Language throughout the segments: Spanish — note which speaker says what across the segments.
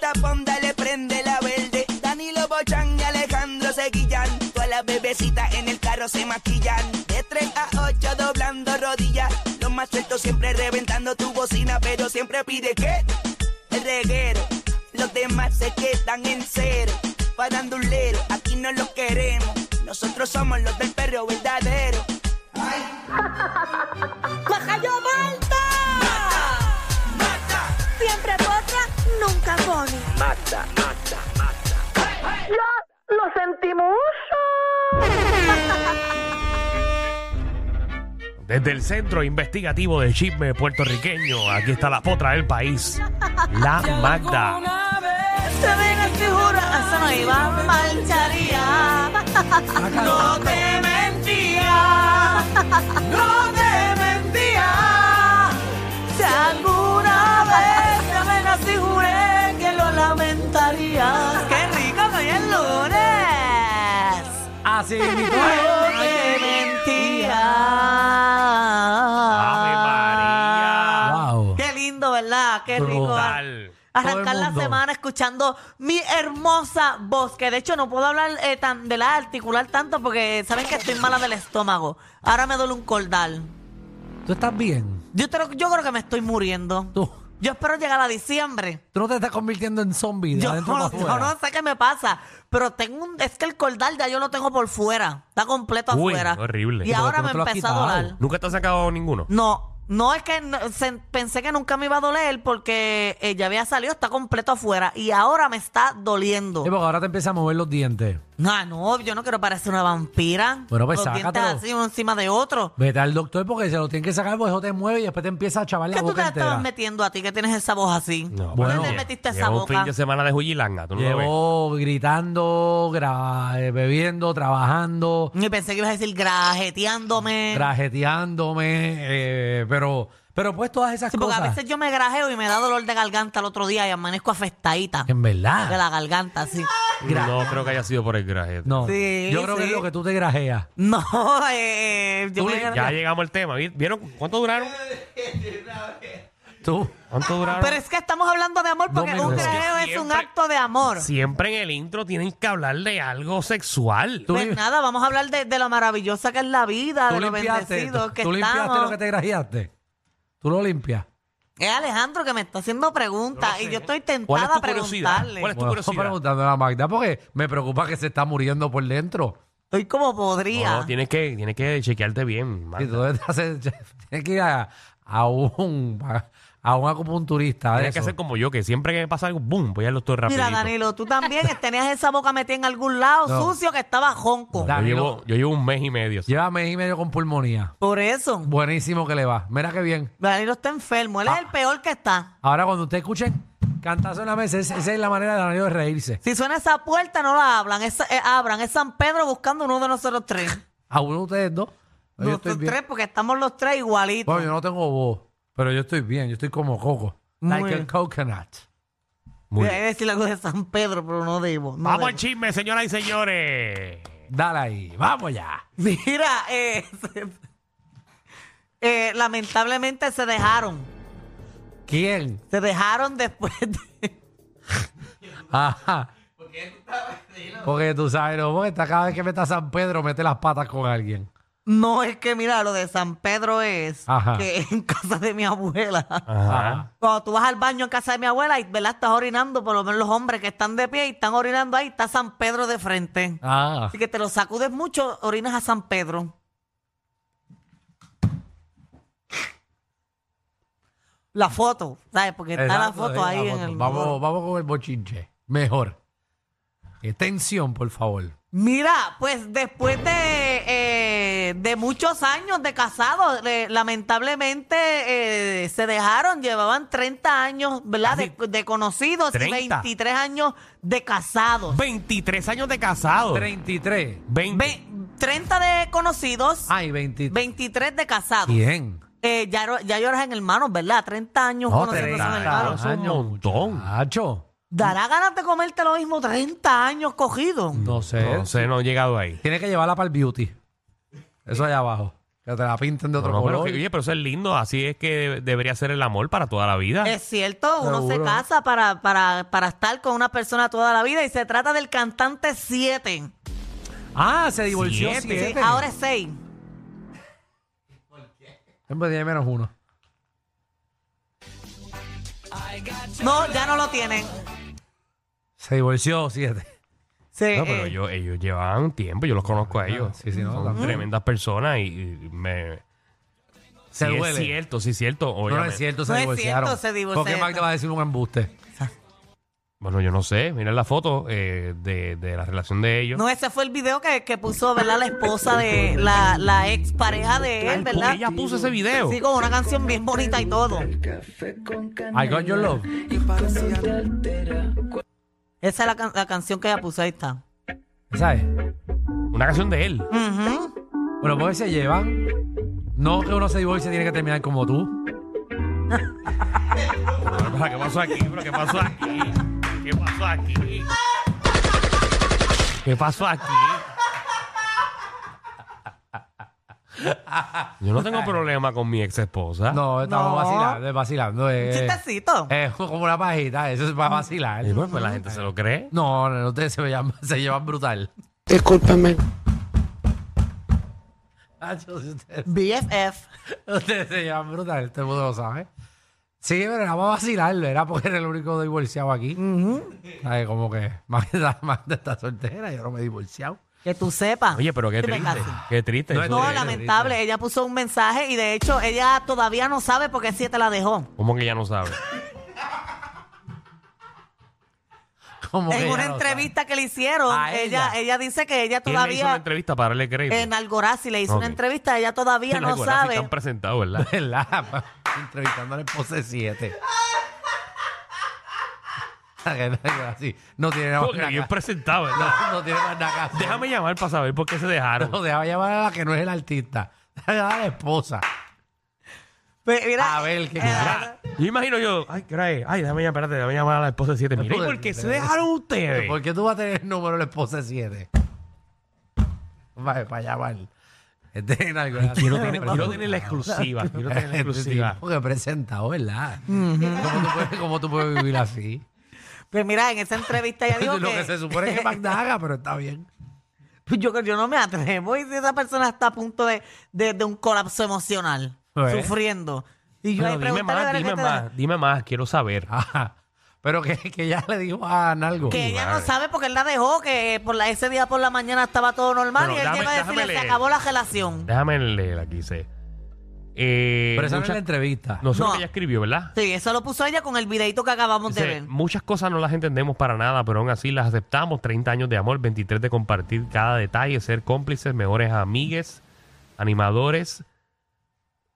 Speaker 1: tapón, dale, prende la verde. Danilo Bochan y Alejandro se guillan. Todas las bebecitas en el carro se maquillan. De 3 a 8 doblando rodillas. Los más sueltos siempre reventando tu bocina, pero siempre pide que el reguero. Los demás se quedan en cero. Parandulero, aquí no los queremos. Nosotros somos los del perro verdadero.
Speaker 2: ¡Majayo Malta! Siempre potra, nunca pone.
Speaker 3: ¡Lo, lo sentimos!
Speaker 4: Desde el Centro Investigativo de Chisme Puertorriqueño, aquí está la potra del país, la Magda.
Speaker 2: Te digas que juro, eso no iba a marcharía.
Speaker 1: No te mentía, no te mentía.
Speaker 2: Si alguna vez te amenas y juré que lo lamentarías. ¡Qué rico que hoy es lunes!
Speaker 5: Así mismo
Speaker 2: No
Speaker 5: es.
Speaker 2: te mentía.
Speaker 4: Ave María.
Speaker 5: Wow.
Speaker 2: Qué lindo, ¿verdad? Qué rico.
Speaker 4: Brutal.
Speaker 5: Todo
Speaker 2: Arrancar
Speaker 5: el
Speaker 2: la
Speaker 5: mundo.
Speaker 2: semana escuchando mi hermosa voz, que de hecho no puedo hablar eh, tan de la articular tanto porque saben que estoy mala del estómago. Ahora me duele un cordal.
Speaker 5: ¿Tú estás bien?
Speaker 2: Yo, creo- yo creo que me estoy muriendo.
Speaker 5: ¿Tú,
Speaker 2: Yo espero llegar a diciembre.
Speaker 5: tú no te estás convirtiendo en zombie de
Speaker 2: Yo
Speaker 5: adentro para
Speaker 2: no, yo
Speaker 5: afuera?
Speaker 2: no sé qué me pasa, pero tengo un, es que el cordal ya yo lo tengo por fuera, está completo
Speaker 4: Uy,
Speaker 2: afuera.
Speaker 4: horrible.
Speaker 2: Y
Speaker 4: Pero
Speaker 2: ahora
Speaker 5: tú no
Speaker 2: me
Speaker 5: te lo has
Speaker 2: empezó a
Speaker 5: quitado.
Speaker 2: doler.
Speaker 4: ¿Nunca te has sacado ninguno?
Speaker 2: No, no es que no- se- pensé que nunca me iba a doler porque eh, ya había salido, está completo afuera y ahora me está doliendo.
Speaker 5: Sí, porque ahora te empiezan a mover los dientes.
Speaker 2: No, ah, no, yo no quiero parecer una vampira.
Speaker 5: Bueno, pues,
Speaker 2: Los dientes
Speaker 5: sácatelo.
Speaker 2: así uno encima de otro.
Speaker 5: Vete al doctor porque se lo tienen que sacar porque eso te mueve y después te empieza a chavar
Speaker 2: ¿Qué
Speaker 5: la
Speaker 2: tú te
Speaker 5: boca
Speaker 2: la estabas
Speaker 5: entera.
Speaker 2: metiendo a ti que tienes esa voz así?
Speaker 4: No,
Speaker 5: Bueno.
Speaker 4: pero
Speaker 5: ¿Dónde
Speaker 4: lle-
Speaker 2: metiste esa
Speaker 4: lleva un
Speaker 2: boca?
Speaker 4: fin de semana de Jujilanga, tú no lo ves.
Speaker 5: Llevo gritando, gra- eh, bebiendo, trabajando,
Speaker 2: Y pensé que ibas a decir grajeteándome.
Speaker 5: trajeteándome, eh, pero, pero pues todas esas
Speaker 2: Sí, porque
Speaker 5: cosas.
Speaker 2: a veces yo me grajeo y me da dolor de garganta el otro día y amanezco afectadita
Speaker 5: En
Speaker 2: de
Speaker 5: verdad.
Speaker 2: la garganta, sí.
Speaker 4: No creo que haya sido por el grajete.
Speaker 5: No.
Speaker 2: Sí,
Speaker 5: yo creo que
Speaker 2: sí.
Speaker 5: es lo que tú te grajeas.
Speaker 2: No, eh, yo
Speaker 4: Tú
Speaker 2: me
Speaker 4: le-
Speaker 2: gra-
Speaker 4: ya llegamos al tema. ¿vi- ¿Vieron cuánto duraron?
Speaker 5: Tú.
Speaker 4: ¿Cuánto duraron?
Speaker 2: Pero es que estamos hablando de amor
Speaker 5: Dos
Speaker 2: porque un
Speaker 5: minutos.
Speaker 2: grajeo
Speaker 4: Es
Speaker 2: es,
Speaker 4: que
Speaker 2: un
Speaker 4: siempre-
Speaker 2: acto de amor.
Speaker 4: Siempre en el intro tienen que hablar de algo sexual.
Speaker 5: Tú
Speaker 2: Pues
Speaker 5: lim-
Speaker 2: nada, vamos a hablar de, de lo maravillosa que es la vida,
Speaker 5: tú
Speaker 2: de lo
Speaker 5: limpiaste,
Speaker 2: bendecidos
Speaker 5: tú,
Speaker 2: que
Speaker 5: tú limpiaste
Speaker 2: estamos.
Speaker 5: lo que te grajeaste. Tú lo limpias.
Speaker 2: Es Alejandro que me está haciendo preguntas y yo estoy
Speaker 4: ¿Cuál es
Speaker 2: tentada
Speaker 4: tu
Speaker 2: a
Speaker 4: curiosidad?
Speaker 2: preguntarle.
Speaker 4: ¿Cuál es tu
Speaker 5: Bueno,
Speaker 4: curiosidad?
Speaker 5: preguntando a la Magda porque me preocupa que se está muriendo por dentro.
Speaker 2: Estoy como
Speaker 4: No,
Speaker 2: podría.
Speaker 4: tienes que, tienes que chequearte bien. Marta.
Speaker 5: Y tú haces- tienes que ir a, a un a un acupunturista. de
Speaker 4: Tienes que
Speaker 5: eso.
Speaker 4: hacer como yo, que siempre que me pasa algo, boom, voy al doctor rápido.
Speaker 2: Mira, Danilo, tú también tenías esa boca metida en algún lado
Speaker 5: No.
Speaker 2: sucio que estaba jonco.
Speaker 4: Yo
Speaker 5: Da- Danilo.
Speaker 4: llevo, yo llevo un mes y medio. sí.
Speaker 5: Lleva mes y medio con pulmonía.
Speaker 2: Por eso.
Speaker 5: Buenísimo que le va. Mira qué bien.
Speaker 2: Danilo está enfermo.
Speaker 5: Ah.
Speaker 2: Él es el peor que está.
Speaker 5: Ahora cuando usted escuchen cantazo en la mesa, es- esa es la manera de Danilo de reírse.
Speaker 2: Si suena esa puerta, no la hablan. Es, eh, abran. Es San Pedro buscando uno de nosotros tres.
Speaker 5: A uno de ustedes dos. Yo estoy
Speaker 2: Nosotros
Speaker 5: bien.
Speaker 2: tres, porque estamos los tres igualitos.
Speaker 5: Bueno, yo no tengo voz, pero yo estoy bien. Yo estoy como coco.
Speaker 2: Muy
Speaker 5: Like
Speaker 2: bien.
Speaker 5: a coconut.
Speaker 4: Muy
Speaker 2: Voy
Speaker 5: Eh,
Speaker 2: a decir algo de San Pedro, pero no debo. no
Speaker 4: Vamos
Speaker 2: debo.
Speaker 4: al chisme, señoras y señores.
Speaker 5: Dale ahí. Vamos ya.
Speaker 2: Mira, eh, se- eh, lamentablemente se dejaron.
Speaker 5: ¿Quién?
Speaker 2: Se dejaron después de...
Speaker 5: Ajá. Porque tú sabes, no, porque está- cada vez que meta San Pedro, mete las patas con alguien.
Speaker 2: No, es que mira, lo de San Pedro es
Speaker 5: Ajá. Ah.
Speaker 2: que en casa de mi abuela.
Speaker 4: Ajá.
Speaker 2: Cuando tú vas al baño en casa de mi abuela y ¿verdad? estás orinando, por lo menos los hombres que están de pie y están orinando ahí, está San Pedro de frente.
Speaker 5: Ah.
Speaker 2: Así que te lo sacudes mucho, orinas a San Pedro. La foto, ¿sabes? Porque está la
Speaker 5: Exacto,
Speaker 2: foto
Speaker 5: sí,
Speaker 2: ahí
Speaker 5: la
Speaker 2: en
Speaker 5: foto.
Speaker 2: el...
Speaker 5: Vamos, vamos con el bochinche. Mejor. Eh, Tensión, por favor.
Speaker 2: Mira, pues después de, eh, de muchos años de casados, eh, lamentablemente eh, se dejaron, llevaban 30 años, ¿verdad? De, de conocidos y
Speaker 4: 30.
Speaker 2: 23 años de casados.
Speaker 4: 23 años de casado.
Speaker 5: 33.
Speaker 4: 20.
Speaker 2: Ve- 30 de conocidos,
Speaker 5: Ay, 23.
Speaker 2: 23 de casados.
Speaker 5: ¿Quién?
Speaker 2: Eh, ya, ro- ya lloras en hermanos, ¿verdad? 30 años
Speaker 5: No,
Speaker 2: conociéndose en
Speaker 5: 30
Speaker 2: hermanos.
Speaker 4: un montón.
Speaker 5: Ah, muchacho.
Speaker 2: ¿Dará ganas de comerte lo mismo 30 años cogidos?
Speaker 5: No sé.
Speaker 4: No sé, no he llegado ahí.
Speaker 5: Tiene que llevarla para el beauty. Eso allá abajo. Que te la pinten de otro
Speaker 4: No, pero
Speaker 5: color.
Speaker 4: que- oye, pero eso es lindo. Así es que debería ser el amor para toda la vida.
Speaker 2: Es cierto, uno se
Speaker 5: Seguro.
Speaker 2: casa para, para, para estar con una persona toda la vida y se trata del cantante 7.
Speaker 5: Ah, se divorció
Speaker 4: Siete.
Speaker 5: siete.
Speaker 2: Sí,
Speaker 5: Ah,
Speaker 2: ahora es 6.
Speaker 5: Siempre tiene menos uno.
Speaker 2: No, ya no lo tienen.
Speaker 5: Se divorció siete.
Speaker 2: Sí,
Speaker 4: No, pero
Speaker 2: eh,
Speaker 4: ellos, ellos llevan tiempo, yo los conozco a ellos.
Speaker 5: Ah, Sí, sí, no,
Speaker 4: Son
Speaker 5: también.
Speaker 4: tremendas personas y, y me...
Speaker 5: Se
Speaker 4: sí
Speaker 5: duele.
Speaker 4: es cierto, sí es cierto.
Speaker 5: No, no
Speaker 4: Obviamente.
Speaker 5: es cierto, se
Speaker 2: No es cierto,
Speaker 5: divorciaron.
Speaker 2: se
Speaker 5: ¿Por qué
Speaker 2: divorciaron.
Speaker 5: Magda va a decir un embuste?
Speaker 4: Bueno, yo no sé. Miren la foto eh, de, de la relación de ellos.
Speaker 2: no, ese fue el video que, que puso, ¿verdad? La esposa de la, la ex pareja de él, ¿verdad?
Speaker 4: Ella puso ese video.
Speaker 2: Sí, con una canción bien bonita y todo.
Speaker 5: I got your love.
Speaker 2: Esa es la, can- la canción que ella puso, ahí está.
Speaker 5: ¿Sabes?
Speaker 4: Una canción de él.
Speaker 2: Ujú.
Speaker 5: Bueno, pues se llevan. No que uno se divorcie tiene que terminar como tú.
Speaker 4: Pero, ¿Qué pasó aquí? Pero, ¿Qué pasó aquí? ¿Qué pasó aquí? ¿Qué pasó aquí? Yo no tengo problema con mi ex esposa.
Speaker 5: No, estamos
Speaker 2: No.
Speaker 5: vacilando, es vacilando.
Speaker 2: Un
Speaker 4: Eh,
Speaker 5: Es,
Speaker 2: chistecito.
Speaker 5: es como una pajita, eso es para vacilar.
Speaker 4: Y pues, pues la gente se lo cree.
Speaker 5: No, no, no, ustedes se, llevan, se llevan brutal.
Speaker 6: Discúlpame.
Speaker 5: Nacho, ustedes,
Speaker 2: BFF.
Speaker 5: ustedes se llevan brutal, todo el mundo lo sabe. Sí, pero era para vacilarlo, era porque era el único divorciado aquí. ¿Sabes? Como que Magda, Magda está soltera, yo no me he divorciado.
Speaker 2: Que tú sepas.
Speaker 4: Oye, pero qué
Speaker 2: Que me
Speaker 4: triste.
Speaker 2: case.
Speaker 4: Qué triste.
Speaker 5: No,
Speaker 4: eso
Speaker 2: No,
Speaker 4: de-
Speaker 2: lamentable. Ella puso un mensaje y de hecho ella todavía no sabe por qué siete la dejó.
Speaker 4: ¿Cómo que ya no sabe?
Speaker 5: Como que
Speaker 2: en
Speaker 5: ya
Speaker 2: una
Speaker 5: lo
Speaker 2: entrevista que le hicieron,
Speaker 5: ¿A
Speaker 2: ella?
Speaker 5: ella?
Speaker 2: ella dice que ella
Speaker 4: ¿Quién le hizo una
Speaker 2: todavía
Speaker 4: entrevista para darle crédito?
Speaker 2: en Algorazi le hizo una
Speaker 4: Ok.
Speaker 2: entrevista, ella todavía
Speaker 4: En
Speaker 2: no
Speaker 4: algo, ahora sí
Speaker 2: sabe.
Speaker 4: están presentados, ¿verdad?
Speaker 5: sabe. ¿Verdad? Entrevistando al pose 7. Así, no tiene nada más
Speaker 4: Porque bien
Speaker 5: nada.
Speaker 4: presentado, ¿verdad?
Speaker 5: No, no tiene más nada. que hacer.
Speaker 4: Déjame llamar para saber por qué se dejaron.
Speaker 5: No, deja llamar a la que no es el artista. Deja llamar a la esposa.
Speaker 2: Pues, mira,
Speaker 4: Ah.
Speaker 5: A ver, ¿qué
Speaker 2: eh,
Speaker 5: querrá?
Speaker 4: Yo imagino yo, ay, caray, ay, déjame llamar, espérate, déjame llamar a la esposa de siete. Mira, ¿y por qué se dejaron ustedes?
Speaker 5: ¿Por qué tú vas a tener el número de la esposa 7? Vale, para llamar. Este es algo así.
Speaker 4: Quiero tener, quiero tener la exclusiva, quiero tener la
Speaker 5: Este
Speaker 4: exclusiva.
Speaker 5: tipo que he presentado, ¿verdad? ¿Cómo, tú puedes, cómo tú puedes vivir así?
Speaker 2: pues mira, en esa entrevista ella dijo
Speaker 5: Eso es lo que se
Speaker 2: que
Speaker 5: supone que Magda haga, pero está bien.
Speaker 2: pues, yo, yo no me atrevo y si esa persona está a punto de, de- de un colapso emocional,
Speaker 5: Pues.
Speaker 2: sufriendo. Y yo
Speaker 4: Pero
Speaker 2: ahí
Speaker 4: dime
Speaker 2: preguntándole,
Speaker 4: más,
Speaker 2: ¿verdad
Speaker 4: dime
Speaker 2: que te da?
Speaker 4: más, dime más, quiero saber.
Speaker 5: Ajá. Ah, Pero que, que ya le dijo a Nalgo.
Speaker 2: Que ella no
Speaker 4: madre.
Speaker 2: sabe porque él la dejó, que por la, ese día por la mañana estaba todo normal
Speaker 4: Bueno,
Speaker 2: y él
Speaker 4: déjame-
Speaker 2: lleva a decirle,
Speaker 4: déjame
Speaker 2: se
Speaker 4: leer.
Speaker 2: acabó la relación.
Speaker 4: Déjame leer aquí, sé. Eh,
Speaker 5: Pero esa no es
Speaker 4: muchas-
Speaker 5: la entrevista.
Speaker 4: no sé lo
Speaker 2: No.
Speaker 4: que ella escribió, ¿verdad?
Speaker 2: Sí, eso lo puso ella con el videito que acabamos de
Speaker 4: Dice,
Speaker 2: ver.
Speaker 4: muchas cosas no las entendemos para nada, pero aún así las aceptamos. 30 años de amor, 23 de compartir cada detalle, ser cómplices, mejores amigues, animadores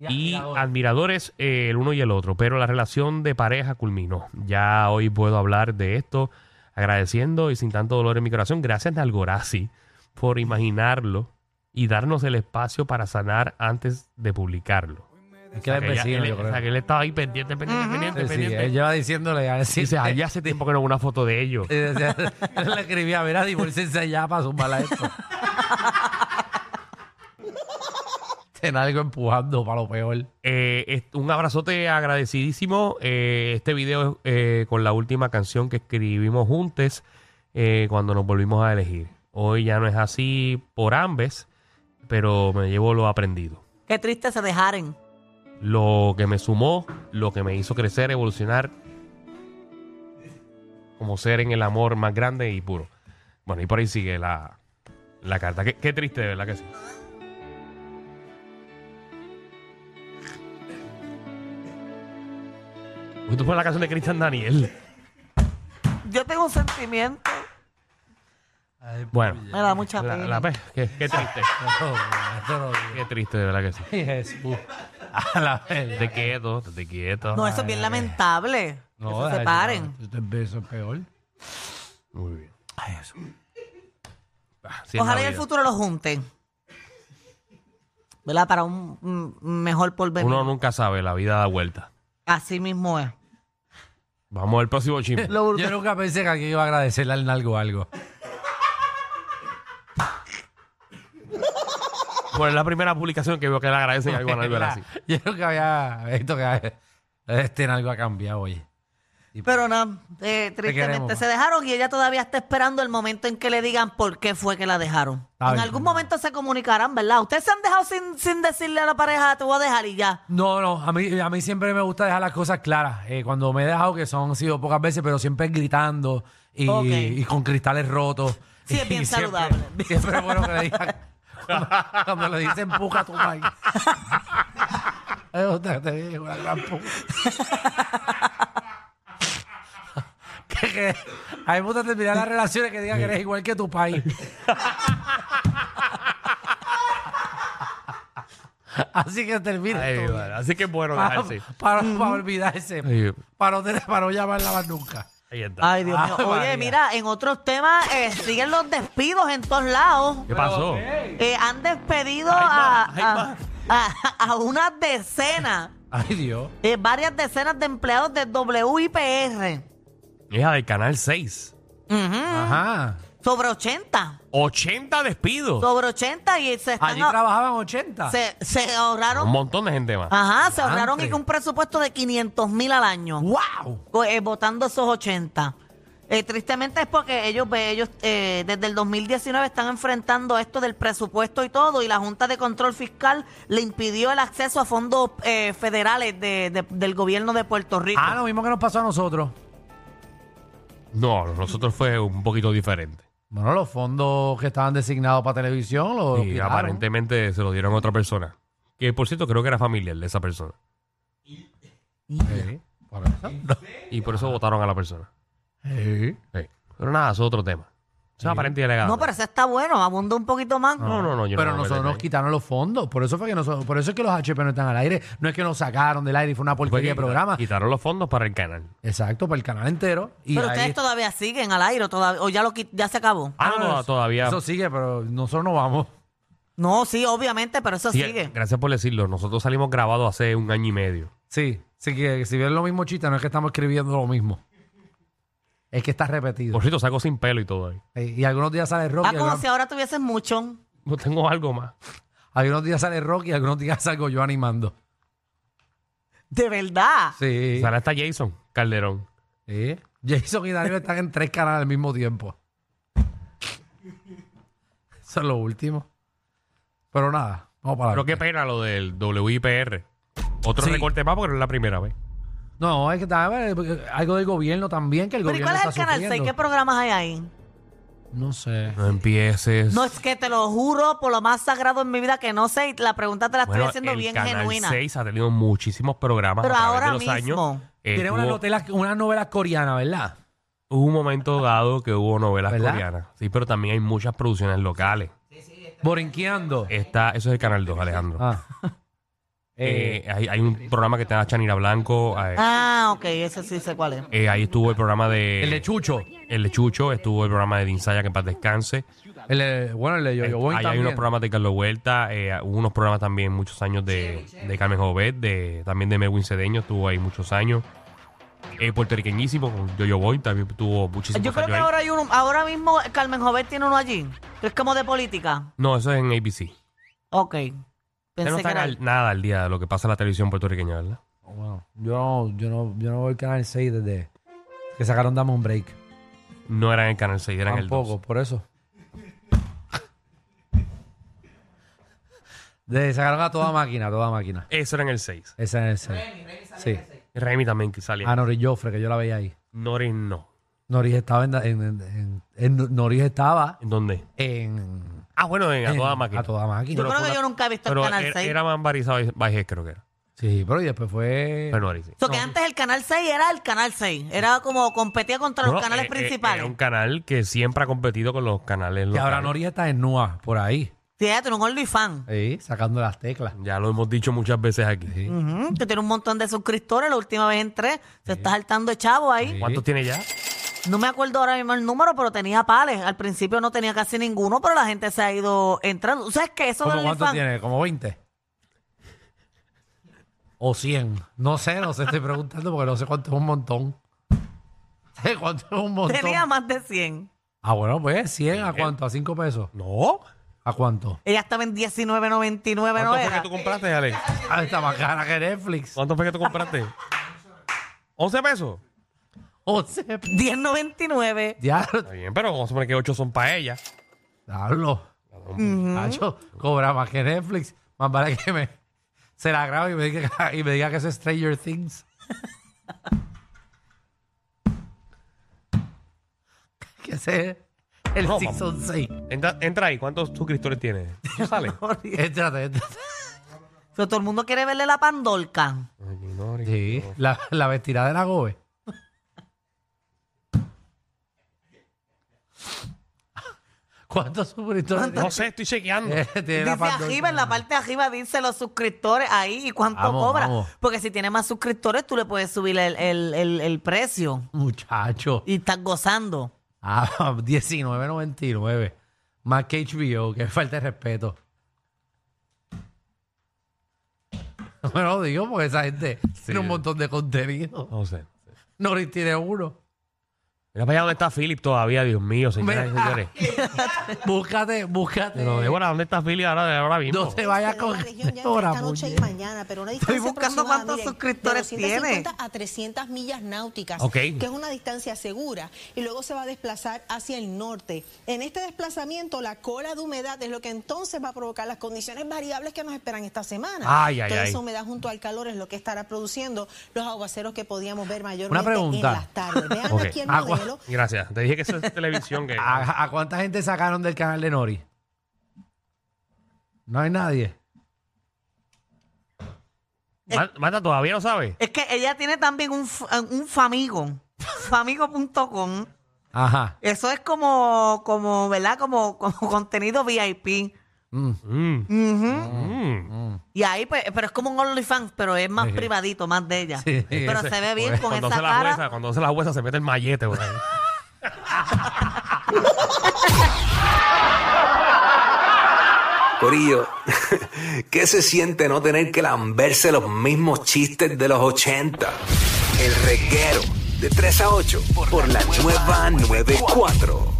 Speaker 4: y admiradores eh, el uno y el otro. Pero la relación de pareja culminó. Ya hoy puedo hablar de esto agradeciendo y sin tanto dolor en mi corazón. Gracias, Nalgorazi, por imaginarlo y darnos el espacio para sanar antes de publicarlo.
Speaker 5: Es que era el
Speaker 4: Que ella-
Speaker 5: vecino,
Speaker 4: él-
Speaker 5: yo
Speaker 4: o sea,
Speaker 5: creo.
Speaker 4: que él estaba ahí pendiente, pendiente, pendiente,
Speaker 5: Sí, sí,
Speaker 4: pendiente. eh,
Speaker 5: él lleva diciéndole a decir.
Speaker 4: Dice, allá hace tiempo que no hubo una foto de ellos.
Speaker 5: Él le escribía, mira, divorciense ya para sumarla a esto. Ten algo empujando para lo peor.
Speaker 4: Eh, es- un abrazote agradecidísimo. Eh, este video es eh, con la última canción que escribimos juntos eh, cuando nos volvimos a elegir. Hoy ya no es así por ambes, pero me llevo lo aprendido.
Speaker 2: Qué triste se dejaren.
Speaker 4: Lo que me sumó, lo que me hizo crecer, evolucionar como ser en el amor más grande y puro. Bueno, y por ahí sigue la, la carta. Qué, qué triste, de verdad que sí. Esto fue la canción de Cristian Daniel.
Speaker 2: Yo tengo un sentimiento.
Speaker 4: Bueno,
Speaker 2: Me da mucha
Speaker 4: la,
Speaker 2: pena.
Speaker 4: la pe- qué, qué triste.
Speaker 5: No, esto no
Speaker 4: Qué triste, de verdad que sí.
Speaker 5: Jesús. A la vez.
Speaker 4: Te quieto, te quieto.
Speaker 2: no, eso es bien lamentable. que se separen.
Speaker 5: Eso es peor.
Speaker 4: Muy bien.
Speaker 5: Ay, eso.
Speaker 4: Ah, sí es
Speaker 2: Ojalá
Speaker 4: la
Speaker 2: y el
Speaker 4: vida.
Speaker 2: futuro los junten. ¿Verdad? Para un, un mejor porvenir.
Speaker 4: Uno nunca sabe, la vida da vuelta.
Speaker 2: Así mismo es.
Speaker 4: Vamos al próximo chisme.
Speaker 2: Lo
Speaker 5: Yo
Speaker 2: brutal-
Speaker 5: nunca pensé que aquí iba a agradecerle al Nalgo algo.
Speaker 4: Pues es la primera publicación que veo que le agradecen algo a Aníbal
Speaker 5: Mira,
Speaker 4: así.
Speaker 5: Yo nunca había visto que este en algo ha cambiado, oye. Y-
Speaker 2: Pero nada, eh, tristemente
Speaker 5: queremos,
Speaker 2: se dejaron y ella todavía está esperando el momento en que le digan por qué fue que la dejaron.
Speaker 5: Está
Speaker 2: en
Speaker 5: bien,
Speaker 2: algún
Speaker 5: mamá.
Speaker 2: momento se comunicarán, ¿verdad? Ustedes se han dejado sin, sin decirle a la pareja, te voy a dejar y ya.
Speaker 5: No, no, a mí, a mí siempre me gusta dejar las cosas claras. Eh, cuando me he dejado, que son han sido pocas veces, pero siempre gritando y,
Speaker 2: Ok.
Speaker 5: y con cristales rotos.
Speaker 2: Sí, es bien
Speaker 5: Y siempre-
Speaker 2: saludable.
Speaker 5: Siempre es bueno que le digan. Cuando, cuando le dicen empuja a tu país. te, te digo, una gran puta. que, que- a mí me gusta terminar las relaciones que digan que eres igual que tu país. Así que termina.
Speaker 4: Ay,
Speaker 5: todo.
Speaker 4: vale. Así que es bueno
Speaker 5: para,
Speaker 4: dejarse.
Speaker 5: para- para olvidarse.
Speaker 4: Ahí,
Speaker 5: Para no, tener- para no llamarla más nunca.
Speaker 4: ahí está.
Speaker 2: Ay, Dios mío.
Speaker 5: Ave
Speaker 2: Oye,
Speaker 5: Ah, María.
Speaker 2: mira, en otros temas eh, siguen los despidos en todos lados.
Speaker 4: ¿Qué pasó?
Speaker 2: Eh, han despedido
Speaker 4: Ay,
Speaker 2: a,
Speaker 4: ma, ay,
Speaker 2: a-
Speaker 4: ma.
Speaker 2: a- a una decena,
Speaker 5: Ay, Dios.
Speaker 2: eh, varias decenas de empleados de WIPR.
Speaker 4: Hija del canal 6.
Speaker 2: Ujú.
Speaker 5: Ajá.
Speaker 2: Sobre 80.
Speaker 4: 80 despidos.
Speaker 2: Sobre 80 y se están
Speaker 5: Allí
Speaker 2: a-
Speaker 5: trabajaban 80.
Speaker 2: se, se
Speaker 4: Un
Speaker 2: ahorraron.
Speaker 4: montón de gente más.
Speaker 2: Ajá, se ahorraron y
Speaker 5: Antes.
Speaker 2: que un presupuesto de 500 mil al año.
Speaker 5: ¡Wow!
Speaker 2: co- eh, votando esos 80. Eh, tristemente es porque ellos, ve- ellos eh, desde el 2019 están enfrentando esto del presupuesto y todo, y la Junta de Control Fiscal le impidió el acceso a fondos eh, federales de- de- del gobierno de Puerto Rico.
Speaker 5: Ah, lo mismo que nos pasó a nosotros.
Speaker 4: No, nosotros fue un poquito diferente.
Speaker 5: Bueno, los fondos que estaban designados para televisión los
Speaker 4: Y
Speaker 5: quitaron.
Speaker 4: aparentemente se lo dieron a otra persona. Que por cierto creo que era familiar de esa persona.
Speaker 5: Sí, por eso.
Speaker 4: Y por eso votaron a la persona.
Speaker 2: Ah.
Speaker 5: Sí.
Speaker 4: Sí. Pero nada, eso es otro tema. Eso es aparente y elegante.
Speaker 2: no, pero eso está bueno, abunda un poquito más.
Speaker 4: no, no, no, yo
Speaker 5: Pero
Speaker 4: no me voy a
Speaker 5: nosotros
Speaker 4: meter
Speaker 5: nos
Speaker 4: ahí.
Speaker 5: quitaron los fondos. Por eso fue que nosotros, por eso es que los HP no están al aire. No es que nos sacaron del aire y fue una
Speaker 4: Fue que
Speaker 5: porquería de programa.
Speaker 4: Quitaron los fondos para el canal.
Speaker 5: Exacto, para el canal entero. Y
Speaker 2: Pero
Speaker 5: ahí
Speaker 2: ustedes
Speaker 5: está.
Speaker 2: todavía siguen al aire, o todavía, o ya, lo, qui- ya se acabó.
Speaker 4: Ah, no,
Speaker 5: eso-
Speaker 4: todavía.
Speaker 5: Eso sigue, pero nosotros no vamos.
Speaker 2: No, sí, obviamente, pero eso
Speaker 4: Sí,
Speaker 2: sigue.
Speaker 4: Gracias por decirlo. Nosotros salimos grabados hace un año y medio.
Speaker 5: Sí, sí que si ves lo mismo chita, no es que estamos escribiendo lo mismo. Es que está repetido.
Speaker 4: Por cierto, saco sin pelo y todo ahí.
Speaker 5: Eh, Y algunos días sale Rocky,
Speaker 2: Ah, como
Speaker 5: algunos,
Speaker 2: si ahora tuviesen mucho.
Speaker 4: No tengo algo más.
Speaker 5: algunos días sale Rocky, algunos días salgo yo animando.
Speaker 2: De verdad.
Speaker 5: Sí.
Speaker 4: Sale hasta Jason Calderón.
Speaker 5: sí. Jason y Daniel están en tres canales al mismo tiempo. Eso es lo último. Pero nada, vamos para
Speaker 4: Pero qué
Speaker 5: adelante.
Speaker 4: pena lo del WIPR. Otro
Speaker 5: Sí.
Speaker 4: recorte más porque no es la primera vez.
Speaker 5: No, es que está- eh, algo del gobierno también, que el
Speaker 2: Pero ¿y
Speaker 5: gobierno
Speaker 2: cuál es el
Speaker 5: está
Speaker 2: canal 6?
Speaker 5: sufriendo.
Speaker 2: ¿Qué programas hay ahí?
Speaker 5: No sé.
Speaker 4: No empieces.
Speaker 2: No, es que te lo juro por lo más sagrado en mi vida que no sé. y La pregunta te la estoy
Speaker 4: Bueno,
Speaker 2: haciendo
Speaker 4: el
Speaker 2: bien
Speaker 4: Canal
Speaker 2: genuina.
Speaker 4: 6 ha tenido muchísimos programas
Speaker 2: Pero
Speaker 4: a través
Speaker 2: ahora
Speaker 4: de los
Speaker 2: mismo.
Speaker 4: años. Eh,
Speaker 5: Tiene
Speaker 4: hubo,
Speaker 5: unas novelas, unas novelas coreanas, ¿verdad?
Speaker 4: hubo un momento dado que hubo novelas
Speaker 5: ¿Verdad?
Speaker 4: coreanas. Sí, pero también hay muchas producciones locales.
Speaker 5: Borinqueando.
Speaker 4: Está, eso es el Canal 2, Alejandro.
Speaker 5: Ah.
Speaker 4: Eh, hay, hay un programa que está Chanira Blanco. eh,
Speaker 2: Ah, ok, ese sí sé cuál es.
Speaker 4: eh, ahí estuvo el programa de...
Speaker 5: El de Chucho.
Speaker 4: El de Chucho, estuvo el programa de Dinsaya, que en paz descanse.
Speaker 5: El de- bueno, el de Yo-Yo Boy
Speaker 4: eh, ahí hay
Speaker 5: también.
Speaker 4: unos programas de Carlos Huerta, eh, hubo unos programas también muchos años de, de Carmen Jovet, de, también de Merwin Cedeño, estuvo ahí muchos años. Eh, puertorriqueñísimo, con Yo-Yo Boy también tuvo muchísimos
Speaker 2: Yo creo
Speaker 4: años
Speaker 2: que
Speaker 4: ahí.
Speaker 2: ahora hay uno, ahora mismo Carmen Jovet tiene uno allí. Es como de política.
Speaker 4: No, eso es en ABC.
Speaker 2: Ok.
Speaker 4: Usted
Speaker 2: Pensé que
Speaker 4: no está
Speaker 2: era.
Speaker 4: al- nada al día de lo que pasa en la televisión puertorriqueña, ¿verdad?
Speaker 5: Bueno, yo, no- yo, no, yo no veo el canal 6 desde que sacaron Dame un Break.
Speaker 4: No eran en el Canal 6, eran en el 2.
Speaker 5: Tampoco, por eso. De, sacaron a toda máquina, toda máquina.
Speaker 4: Eso era en el 6.
Speaker 5: Ese es el 6. Sí.
Speaker 4: Remy también que salía.
Speaker 2: Ah,
Speaker 5: A Noris Joffre, que yo la veía ahí.
Speaker 4: Noris no.
Speaker 5: Noris estaba en. en, en- en- en- Noris estaba
Speaker 4: ¿En dónde?
Speaker 5: en.
Speaker 4: Ah, bueno, en A Toda
Speaker 5: en-
Speaker 4: Máquina.
Speaker 5: A toda máquina.
Speaker 2: Yo creo que yo nunca he visto el
Speaker 4: Pero
Speaker 2: canal
Speaker 4: era,
Speaker 2: 6.
Speaker 4: era más Marisa Bajés, creo que era.
Speaker 5: Sí, pero y después fue.
Speaker 4: Pero Noris sí.
Speaker 2: So que antes el canal 6 era el canal 6. Era como competía contra
Speaker 4: Bueno,
Speaker 2: los canales
Speaker 4: eh, eh,
Speaker 2: principales.
Speaker 4: Era un canal que siempre ha competido con los canales
Speaker 5: que ahora
Speaker 4: locales.
Speaker 5: Noris está en Nua, por ahí.
Speaker 2: Fíjate, un OnlyFans.
Speaker 5: Ahí, sacando las teclas.
Speaker 4: Ya lo hemos dicho muchas veces aquí.
Speaker 2: Ujú, que tiene un montón de suscriptores. La última vez entré. Se está saltando de chavo ahí.
Speaker 4: ¿Cuántos tiene ya?
Speaker 2: No me acuerdo ahora mismo el número, pero tenía pales. Al principio no tenía casi ninguno, pero la gente se ha ido entrando. O sea, es que eso
Speaker 5: ¿Cómo
Speaker 2: del
Speaker 5: cuánto
Speaker 2: OnlyFans-
Speaker 5: tiene? ¿Como 20? ¿O 100? No sé, no sé, estoy preguntando porque no sé cuánto es un montón. Sé ¿Cuánto es un montón?
Speaker 2: tenía más de 100.
Speaker 5: Ah, bueno, pues 100 a cuánto? ¿A 5 pesos?
Speaker 4: No.
Speaker 5: ¿A cuánto?
Speaker 2: Ella estaba en 19.99,
Speaker 4: ¿Cuánto
Speaker 2: ¿no
Speaker 4: fue que
Speaker 2: era?
Speaker 4: tú compraste, Alex?
Speaker 5: Ah, está más cara que Netflix.
Speaker 4: ¿Cuánto fue que tú compraste? ¿11 pesos?
Speaker 5: 11.
Speaker 2: 10.99.
Speaker 5: Diablo.
Speaker 4: Está bien, pero vamos a poner que 8 son para ella.
Speaker 5: Diablo. Nacho, cobra más que Netflix. Más vale que me. Se la grabe y me diga, y me diga que es Stranger Things. que ese es el
Speaker 4: No,
Speaker 5: Season 6.
Speaker 4: Entra, entra ahí, ¿cuántos suscriptores tienes? ¿Eso sale?
Speaker 5: Entrate, entrate.
Speaker 2: Pero todo el mundo quiere verle la pandolca.
Speaker 4: Ay, mi nori.
Speaker 5: Sí, la, la vestirá de la gobe. ¿Cuántos suscriptores
Speaker 4: No sé, estoy chequeando.
Speaker 5: tiene? Tiene la
Speaker 2: Dice
Speaker 5: pandorca.
Speaker 2: arriba, en la parte de arriba dice los suscriptores ahí y cuánto
Speaker 5: Vamos,
Speaker 2: cobra.
Speaker 5: vamos.
Speaker 2: Porque si tiene más suscriptores, tú le puedes subir el, el- el- el precio
Speaker 5: Muchacho.
Speaker 2: y estás gozando.
Speaker 5: Ah, 19.99. Más que HBO, que falta de respeto. No me lo digo porque esa gente tiene un montón de contenido.
Speaker 4: No sé.
Speaker 5: Norris tiene uno.
Speaker 4: Mira para allá dónde está Philip todavía, Dios mío, señoras y
Speaker 5: Mira.
Speaker 4: señores.
Speaker 5: Búscate, búscate.
Speaker 4: Pero Débora, ¿dónde está Philip ahora, ahora mismo?
Speaker 5: no te vayas
Speaker 6: Pero
Speaker 5: con
Speaker 6: la región ya
Speaker 5: Débora,
Speaker 6: entre esta noche y
Speaker 5: puñet.
Speaker 6: mañana, pero una distancia
Speaker 2: buscando
Speaker 6: aproximada,
Speaker 2: cuántos
Speaker 6: miren,
Speaker 2: suscriptores
Speaker 6: de
Speaker 2: tiene.
Speaker 6: 250 a 300 millas náuticas,
Speaker 4: Ok.
Speaker 6: que es una distancia segura, y luego se va a desplazar hacia el norte. En este desplazamiento, la cola de humedad es lo que entonces va a provocar las condiciones variables que nos esperan esta semana.
Speaker 4: Ay, ay,
Speaker 6: Toda
Speaker 4: ay.
Speaker 6: esa humedad junto al calor es lo que estará produciendo los aguaceros que podíamos ver mayormente
Speaker 5: pregunta.
Speaker 6: en las tardes. Vean
Speaker 4: Ok. Ah,
Speaker 6: aquí el
Speaker 5: Agua.
Speaker 6: modelo.
Speaker 4: Gracias. Te dije que eso es televisión. Que...
Speaker 2: Ah.
Speaker 5: ¿A, a cuánta gente sacaron del canal de Nori? No hay nadie.
Speaker 4: Ma- Mata, todavía no sabe.
Speaker 2: Es que ella tiene también un, f- un famigo. Famigo.com.
Speaker 5: Ajá.
Speaker 2: Eso es como, como, ¿verdad? Como, como contenido VIP.
Speaker 4: Mm.
Speaker 2: Ujú.
Speaker 4: Mm.
Speaker 2: Y ahí, pues, pero es como un OnlyFans, pero es más
Speaker 5: Sí.
Speaker 2: privadito, más de ella.
Speaker 5: Sí,
Speaker 2: pero
Speaker 5: ese-
Speaker 2: se ve bien con
Speaker 4: Pues, Cuando
Speaker 2: esa
Speaker 4: se la
Speaker 2: cara.
Speaker 4: jueza, cuando se la jueza se mete el mallete, por ahí.
Speaker 7: Corillo, ¿qué se siente no tener que lamberse los mismos chistes de los 80? El reguero de 3 a 8 por la nueva 94.